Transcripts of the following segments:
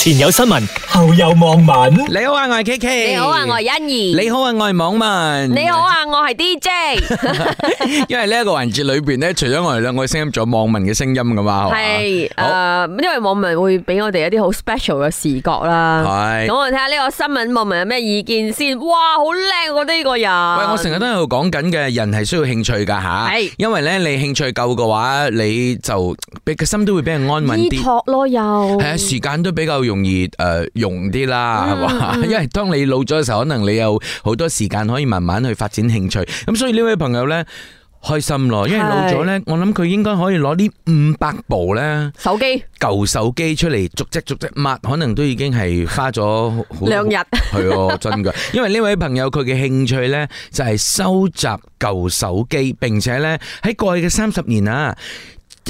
前有新聞，後有網民。你好啊，我係 K K。你好啊，我係欣怡。你好啊，我係網民。你好啊，我係 DJ。 因為呢一個環節裏邊咧，除咗我哋兩個嘅聲音，仲有網民嘅聲音噶嘛，係嘛係好誒，因為網民會俾我哋一啲好 special 嘅視角啦。係咁。我哋睇下呢個新聞網民有咩意見先。哇，好靚我覺得呢個人。喂，我成日都喺度講緊嘅，人係需要興趣噶吓係，因為咧你興趣夠嘅話，你就你個心都會比較安穩依啲。托咯又。系啊，時間都比較容易诶、呃用啲啦，係嘛、因為當你老咗嘅時候，可能你有好多時間可以慢慢去發展興趣。咁所以呢位朋友呢，開心咯，因為係老咗呢，我諗佢應該可以攞呢五百部呢手機舊手機出嚟，逐隻逐隻抹，可能都已經係花咗好兩日。係哦，真噶。 因為呢位朋友佢嘅興趣呢，就係收集舊手機，並且呢，喺過去嘅三十年啊，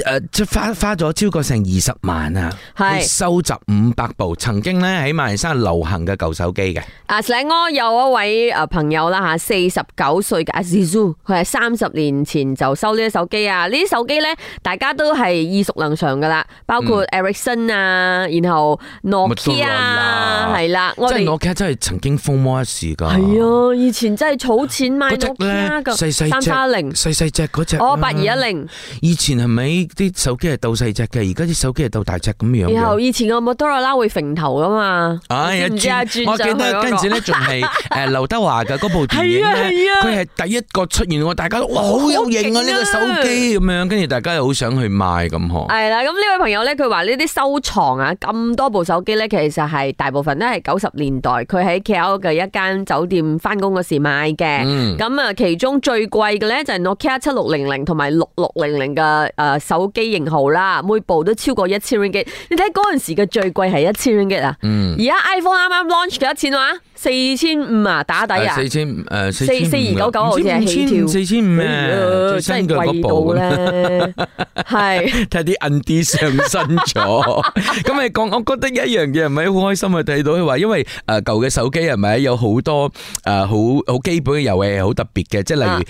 诶、即係花花咗超過成二十萬啊，係去收集五百部曾經呢喺馬來西亞流行嘅舊手機嘅。啊，石柯有一位誒朋友啦嚇，四十九歲嘅阿 Zizu，佢係三十年前就收呢啲手機啊。呢啲手機咧，大家都係耳熟能詳噶啦，包括嗯 Ericsson 啊，然後 Nokia 啊 Motorola 係啦，我即係哋 Nokia 真係曾經風魔一時㗎。係啊，以前真係儲錢買嗰隻 Nokia 呢，噶，細細三隻，嗯三零，細細隻嗰隻。哦八二一。零，以前係咪啲手機係鬥細隻嘅？而家啲手機係鬥大隻咁樣嘅。然後以前個 Motorola 會揈頭噶嘛，哎呀，你知唔知啊？轉轉我記上去得嗰跟住個咧，仲係誒劉德華嘅嗰部電影係啊咧係，啊佢係第一個出現，我大家都哇好有型啊！好勁啊呢個手機咁樣，跟住大家又好想去買咁呵。系啦，咁呢位朋友咧，佢話呢啲收藏啊，咁多部手機咧，其實係大部分都係九十年代佢喺 KL 嘅一間酒店翻工嗰時買嘅。嗯，咁啊，其中最貴嘅咧就係 Nokia 七六零零同埋六六零零嘅誒手機型號啦，每部都超過一千 ringgit。你睇嗰陣時嘅最貴係一千 ringgit 啊，嗯而家 iPhone 啱啱 launch 幾多錢話？啊四千五啊，打底啊！四千誒四四4299好似係起跳四千五啊，最哎真新係嘅嗰貴部到。咧，係。哎睇啲銀啲上身咗，咁你講，我覺得一樣嘢係咪好開心啊？睇到佢話，因為誒舊嘅手機係咪有好多誒好好基本嘅遊戲係好特別嘅，即係例啊如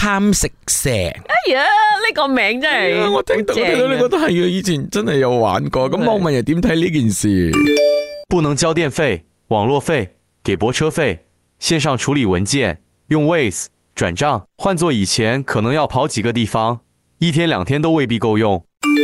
貪食蛇。哎呀，呢個名真係啊係我聽到正我啊聽到你覺得係啊，以前真係有玩過。咁係網民又點睇呢件事？不能交电费、网络费、给泊车费，线上处理文件，用 Waze 转账。换做以前，可能要跑几个地方，一天两天都未必够用。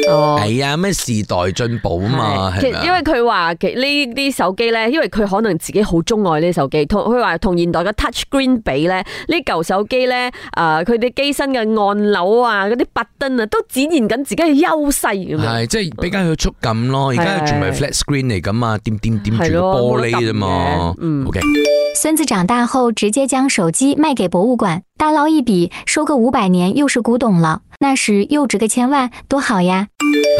哦係啊，咩時代進步啊嘛，其係咪因為啊？佢話其呢啲手機咧，因為佢可能自己好鍾愛呢啲手機，同佢話同現代嘅 touch screen 比咧，呢舊手機咧，誒佢哋機身嘅按鈕啊，嗰啲拔燈啊，都展現緊自己嘅優勢咁樣。係即係比較有觸感咯，而家係仲係 flat screen 嚟噶嘛，掂掂掂係住個咯玻璃啫嘛冇得撳嘅。嗯 OK，孙子长大后直接将手机卖给博物馆，大捞一笔，收个五百年又是古董了，那时又值个千万，多好呀！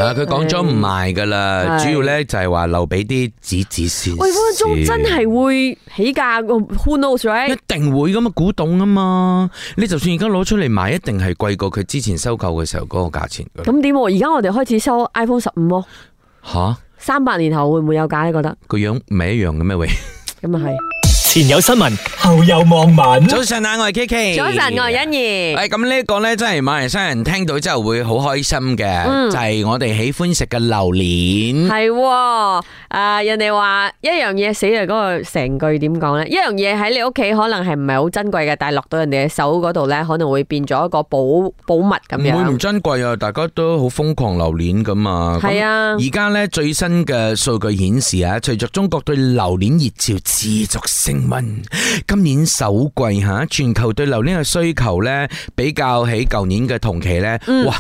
啊，佢講咗唔賣噶啦，係主要咧就係話留俾啲子子孫。喂，分分鐘真係會起價個，who knows 一 right？定會噶嘛，古董啊嘛，你就算而家攞出嚟賣，一定係貴過佢之前收購嘅時候嗰個價錢㗎啦。咁點喎？而家我哋開始收 iPhone 十五喎，吓，三百年後會唔會有價咧？覺得個樣唔係一樣嘅咩喂？咁啊係。前有新聞，後有網民。早晨啊，我係 K K。早晨，我係欣怡。诶，咁呢一个咧，真系馬來西亞人聽到之後會好開心嘅，嗯就係我哋喜歡食嘅榴系莲。喎，啊人哋話一樣嘢死啊！嗰、個成句點講咧？一樣嘢喺你屋企可能係唔係好珍貴嘅，但係落到人哋嘅手嗰度咧，可能會變咗一個寶寶物咁唔會唔樣。珍貴啊！大家都好瘋狂榴莲噶嘛。咁係啊而家咧最新嘅數據顯示啊，隨着中國對榴莲熱潮持續升温，今年首季吓全球對榴莲嘅需求咧，比較起舊年嘅同期咧，嗯哇，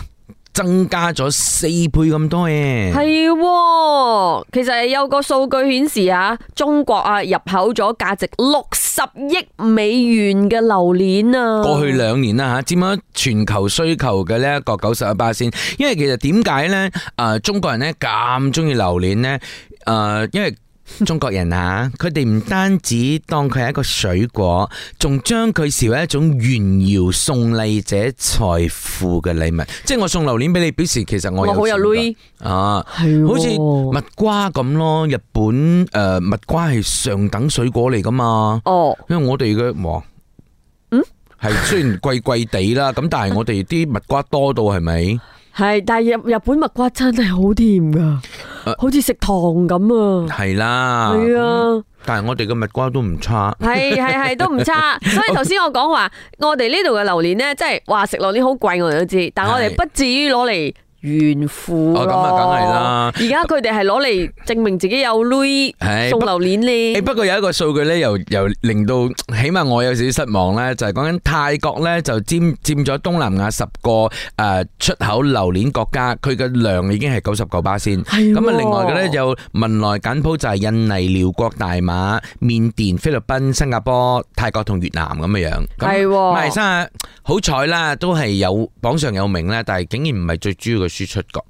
增加咗四倍咁多嘅。係喎，其實有個數據顯示啊，中國啊入口咗價值六十億美元嘅榴蓮啊。過去兩年啦嚇，佔咗全球需求嘅呢一個九十一巴先。因為其實點解咧？誒、中國人咧咁中意榴蓮咧？誒、因為中國人啊， 佢哋唔單止當佢係一個水果，仲將佢視為一種炫耀送禮者財富嘅禮物。即係我送榴蓮俾你，表示其實我我有好有錢㗎 Louis，哦啊！係喎好似蜜瓜咁咯，日本誒、呃蜜瓜係上等水果嚟噶嘛。哦，因為我哋嘅哇， 嗯，系虽然貴貴地啦，咁但係我哋啲蜜瓜多到係咪？系，但系日日本蜜瓜真系好甜噶呃，好似食糖咁啊。系啦，係啊，但系我哋嘅蜜瓜都唔差。系系系都唔 差，所以头先我讲话，我哋呢度嘅榴莲咧，即系话食榴莲好贵，我哋都知，但我哋係不至于攞嚟炫富哦咁啊咯。而家佢哋系攞嚟证明自己有女係送榴莲诶，咧。不過有一個數據咧，又又令到起碼我有少少失望咧，就係講緊泰國咧就佔佔咗東南亞十個诶出口榴蓮國家，佢嘅量已經係九十九巴仙。係喎咁啊，另外嘅咧有文萊、柬埔寨、印尼、寮國、大馬、緬甸、菲律賓、新加坡、泰國同越南咁嘅樣。咁係喎馬來西亞好彩啦，都係有榜上有名啦，但係竟然唔係最主要嘅輸出國。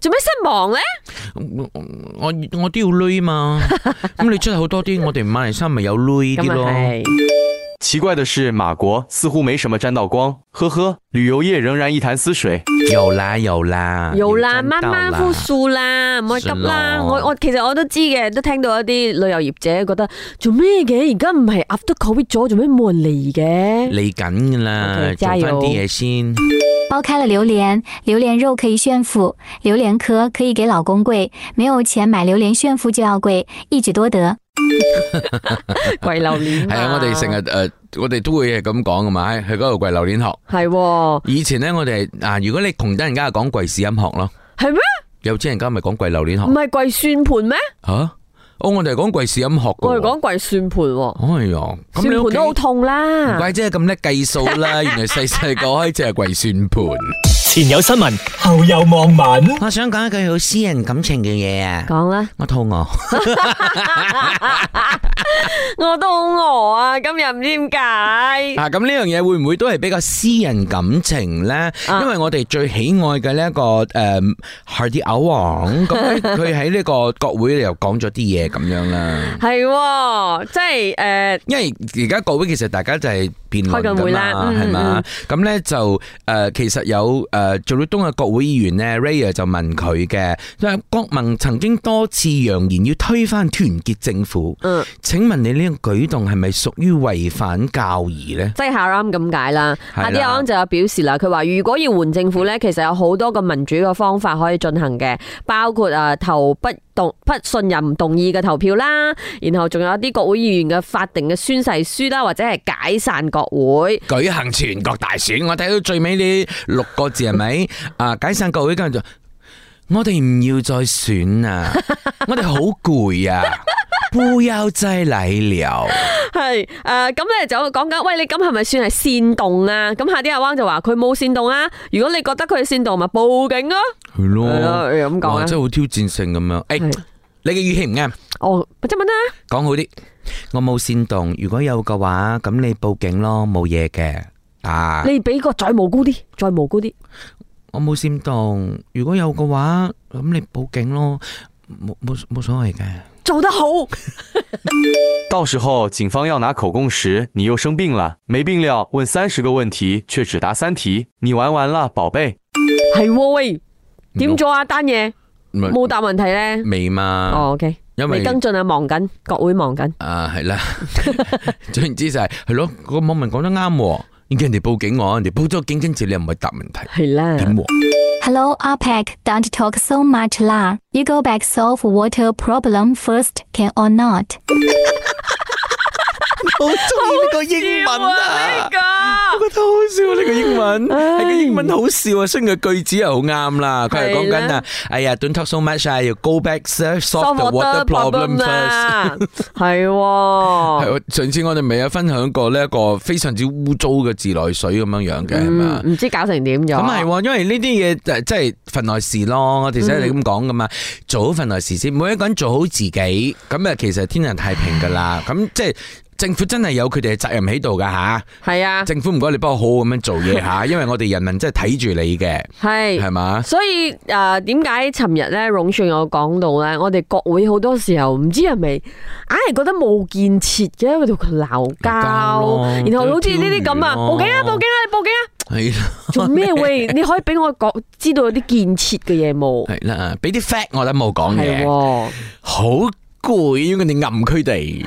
做咩失望咧？我我我都要累嘛，咁你出好多啲，我哋馬來西亞咪有累啲咁咯。啊系。奇怪的是，马国似乎没什么沾到光，呵呵，旅游业仍然一潭死水。有啦有啦有啦，真到慢慢复苏啦，唔可以急算啦。咯我我其實我都知嘅，都聽到一啲旅遊業者覺得做咩嘅？而家唔係 after covid 咗，做咩冇人嚟嘅？嚟緊噶啦 OK，，做加翻油啲嘢先。剥开了榴莲，榴莲肉可以炫富，榴莲壳可以给老公跪，没有钱买榴莲炫富就要跪，一举多得。跪榴莲係啊，我哋成日诶，我哋都會係咁講噶嘛，喺去嗰度跪榴蓮學。系喎，以前咧，我哋啊，如果你窮得人家，就講跪市音學咯；係咩？有錢人家咪講跪榴蓮唔學係跪算盤咩？吓。哦，我哋係講跪市音學嗯我㗎哋喎。講跪算盤喎，哎呀，哦咁算你屋盤企都好啊痛唔啦。怪之係咁叻計數 啦，原來細細個開始係跪算盤。前有新聞，後有網民。我想講一句好私人感情嘅嘢啊！講啦，我肚餓， 我都好餓啊！今日唔知點解。啊咁呢樣嘢會唔會都係比較私人感情呢？啊因為我哋最喜愛嘅呢一個诶 h a r d y 牛王，咁佢佢喺呢個國會又講咗啲嘢咁樣啦。係喎，即呃係诶，因為而家國會其實大家就係辯論開緊㗎會啦嘛，嗯係嘛？咁呢就诶、呃其實有诶、呃、做到東嘅國會議員呢 r a y 就問佢嘅，因為國民曾經多次揚言要推翻團結政府，嗯，請問你呢個舉動係咪屬於違反教義呢？即係下 round 咁解啦。係啦阿啲安就有表示啦，佢話如果要換政府咧，其實有好多個民主嘅方法可以進行嘅，包括啊投不動不信任動議嘅投票啦，然後仲有一啲國會議員嘅法定嘅宣誓書啦，或者係解散國會。舉行全國大選，我睇到最尾呢六個字係咪？啊，解散國會跟住就，我哋唔要再選 啊！ 我哋好攰啊！不要再嚟了。係誒，呃咁、咧就講緊，喂，你咁係咪算係煽動啊？咁下啲阿汪就話佢冇煽動啊，如果你覺得佢係煽動，咪報警咯。係係咯，咯，你咁講哇，啊真。係好挑戰性咁樣。誒係，你嘅語氣唔啱，哦，即問啦。講好啲。我冇煽動，如果有嘅話，咁你報警咯，冇嘢嘅。啊，你俾個再無辜啲，再無辜啲。我冇煽動，如果有嘅話，咁你報警咯，冇冇冇所謂嘅。做得好，到时候警方要拿口供时，你又生病了，没病了，问三十个问题却只答三题，你玩完了，宝贝。係喎喂，點咗啊單嘢？咪冇答問題咧。未嘛？哦，OK，因為你跟進啊，忙緊，國會忙緊。啊，系啦， 總言之就係係咯，個網民講得啱喎，而人哋報警我，人哋報咗警，跟住你又唔係答問題，係啦，點喎？ Hello, APEC, don't talk so much lah. You go back solve water problem first, can or not? 好中意呢個英文啊！我覺得好笑啊！呢個英文，係個英文好笑啊！雖然個句子又好啱啦，佢係講緊係啊啦，哎呀，don't talk so much 啊，要 go back solve the water problem first。啦，係喎，系上次我哋咪有分享過呢一個非常之污糟嘅自來水咁樣樣嘅，係咪啊？嗯唔知搞成點咗。咁係喎，因為呢啲嘢就呃即係份內事咯。我哋使你咁講噶嘛，做好份內事先，每一個人做好自己，咁啊其實天下太平噶啦。咁即係政府真係有佢哋嘅責任喺度噶吓，係啊，政府唔該你幫我好好咁樣做嘢 吓，因為我哋人民真係睇住你嘅，係係嘛？所以诶，点解尋日咧，榕樹有講到咧，我哋國會好多時候唔知係咪，硬係覺得冇建設嘅，喺度鬧交，交咯然後好似呢啲咁啊，都挑語報咯警啊，報警啊，你報警啊，係啦， 做咩喂？你可以俾我講知道有啲建設嘅嘢冇？係啦，俾啲 fact 我都冇 講係嘢，喎。好攰，要佢哋暗佢哋。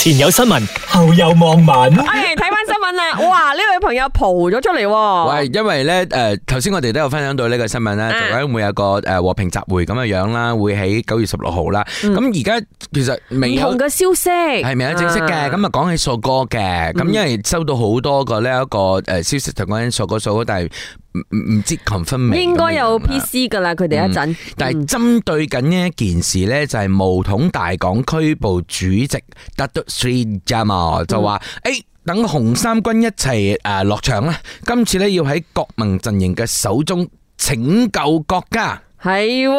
前有新聞，後有網民。哎，睇翻新闻啦，哇！呢位朋友蒲咗出嚟喎，喂，因為咧诶，头先我哋都有分享到呢個新聞啦，啊就咧會有個诶和平集會咁嘅樣啦，會喺九月十六號啦。咁而家其實未唔有同嘅消息係未有正式嘅，咁啊講起碩哥嘅，咁因為收到好多個呢一個诶消息，就講緊碩哥碩哥，但係唔唔唔知 confirm 未应该有咁樣啦 PC 噶啦，佢哋一阵，但係嗯針對緊呢一件事呢，就係巫統大港區部主席 Datuk Sri Jamal 就話：，诶、等紅三軍一齊诶落場啦，今次呢，要喺國民陣營嘅手中拯救國家。系喎，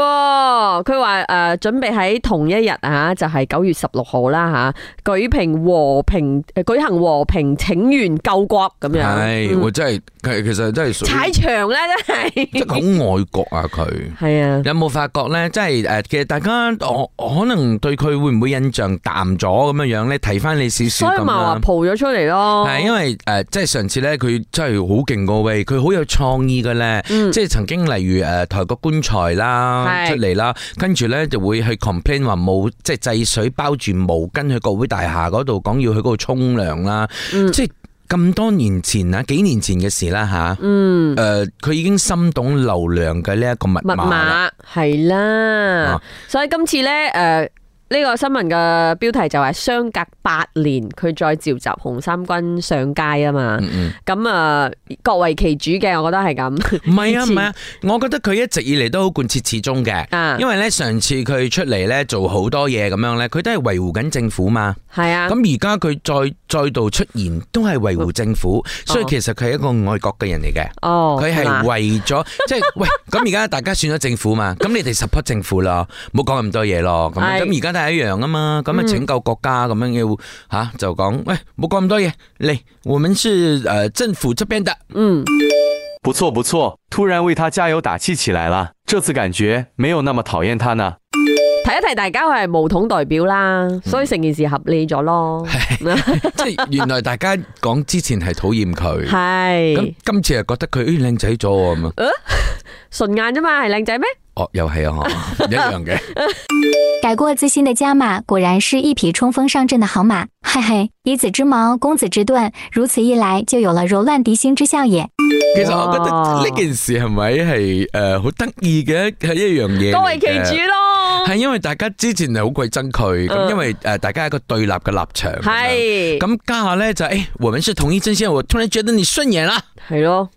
佢話诶準備喺同一日啊，就係九月十六號啦吓，舉平和平诶举行和平請願救國咁樣。係，嗯我真係佢其實真係屬於踩場咧真係。即係好愛國啊！ 佢係啊，有冇發覺呢？即係诶，其實大家我可能對佢會唔會印象淡咗咁樣樣呢？睇翻你少少所以咁咪話啦。蒲咗出嚟咯。系，因為诶、呃即係上次咧，佢真係好勁個喂，佢好有創意嘅咧。嗯即係曾經例如诶、呃抬個棺材啦係出嚟啦，跟住咧就會去 complain 話冇即係制水包住毛巾去國會大廈嗰度講要去嗰度沖涼啦。嗯即係咁多年前啊，幾年前嘅事啦吓。嗯，诶、佢已經深懂流量嘅呢一個密密碼啦。碼係啦啊，所以今次咧诶。呢個新聞嘅標題就係相隔八年，佢再召集紅三軍上街啊嘛。嗯嗯，咁啊、各為其主嘅，我覺得 係咁。唔係啊以唔前係啊，我覺得佢一直以嚟都好貫徹始終嘅。啊，因為咧上次佢出嚟咧做好多嘢咁樣咧，佢都係維護緊政府嘛。係啊。咁而家佢再再度出現，都係維護政府，所以其實佢係一個愛國嘅人嚟嘅。哦，佢啊係嗱為咗 即係喂，咁而家大家選咗政府嘛，咁你哋 support 政府咯，唔好講咁多嘢咯。咁係咁而家都係一樣啊嘛，咁啊嗯拯救國家咁樣要吓、就講喂，唔好講咁多嘢，嚟，我們是呃政府這邊的。嗯，不错不错，突然为他加油打气起来了。这次感觉没有那么讨厌他呢。提一提大家佢係巫統代表啦，嗯所以成件事合理咗咯。 即係原來大家講之前係討厭佢。咁係今次又覺得佢咦靚仔咗喎咁啊，順眼啫嘛，係靚仔咩？哦又係 啊，嗬一樣嘅。改过自新的加码果然是一匹冲锋上阵的好马，嘿嘿！以子之矛攻子之盾，如此一来就有了揉乱敌心之效也。其實我覺得呢件事係咪係诶好得意嘅係一樣嘢嚟嘅？各為其主咯。係因為大家之前係好鬼憎佢，咁嗯因為诶大家係一個對立嘅立場。咁樣係咁家下咧就诶，哎我們是同一陣線，我突然覺得你順眼啦，係咯，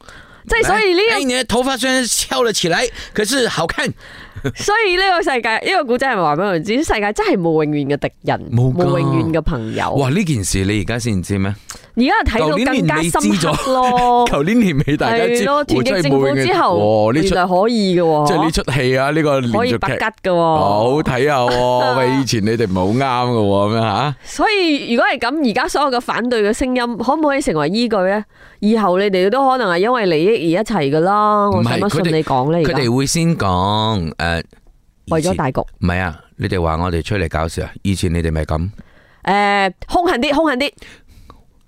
即係所以呢哎你的頭髮雖然翹了起來，可是好看。個所以呢個世界呢個古仔係咪話俾我哋知？世界真係冇永遠嘅敵人，冇㗎冇永遠嘅朋友。哇！呢件事你而家先知咩？而家睇到舊年更年加尾知深刻咗 咯。舊年年尾大家知，我哦係咯，團真結係政冇府永遠之後，哇呢原出來可以嘅喎，即係呢出戲啊，呢個連可以續百劇吉。嘅喎。好睇下 喎，喂！以前你哋唔係好啱嘅喎，咁樣吓，所以如果係咁，而家所有嘅反對嘅聲音，可唔可以成為依據呢？以後你哋都可能係因為利益而一齊噶啦，我唔使係乜信你講呢？而佢家哋會先講诶，為咗大局，唔係啊，你哋話我哋出嚟搞事啊，以前你哋咪咁，诶，兇狠啲，兇狠啲，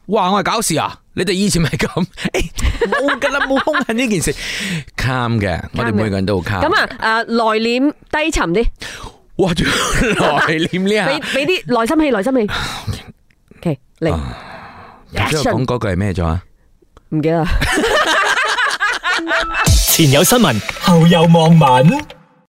哇！我係搞事啊，你哋以前咪 咁，誒冇噶啦，冇兇狠呢件事，calm 嘅，我哋每個人都好 calm。咁，啊，诶，內斂低沉啲，哇！仲要來念呢俾下，俾啲內心戲，內心戲。OK，嚟頭先我講 action，嗰句係咩咗啊？唔記得啦。前有新聞，後有網民。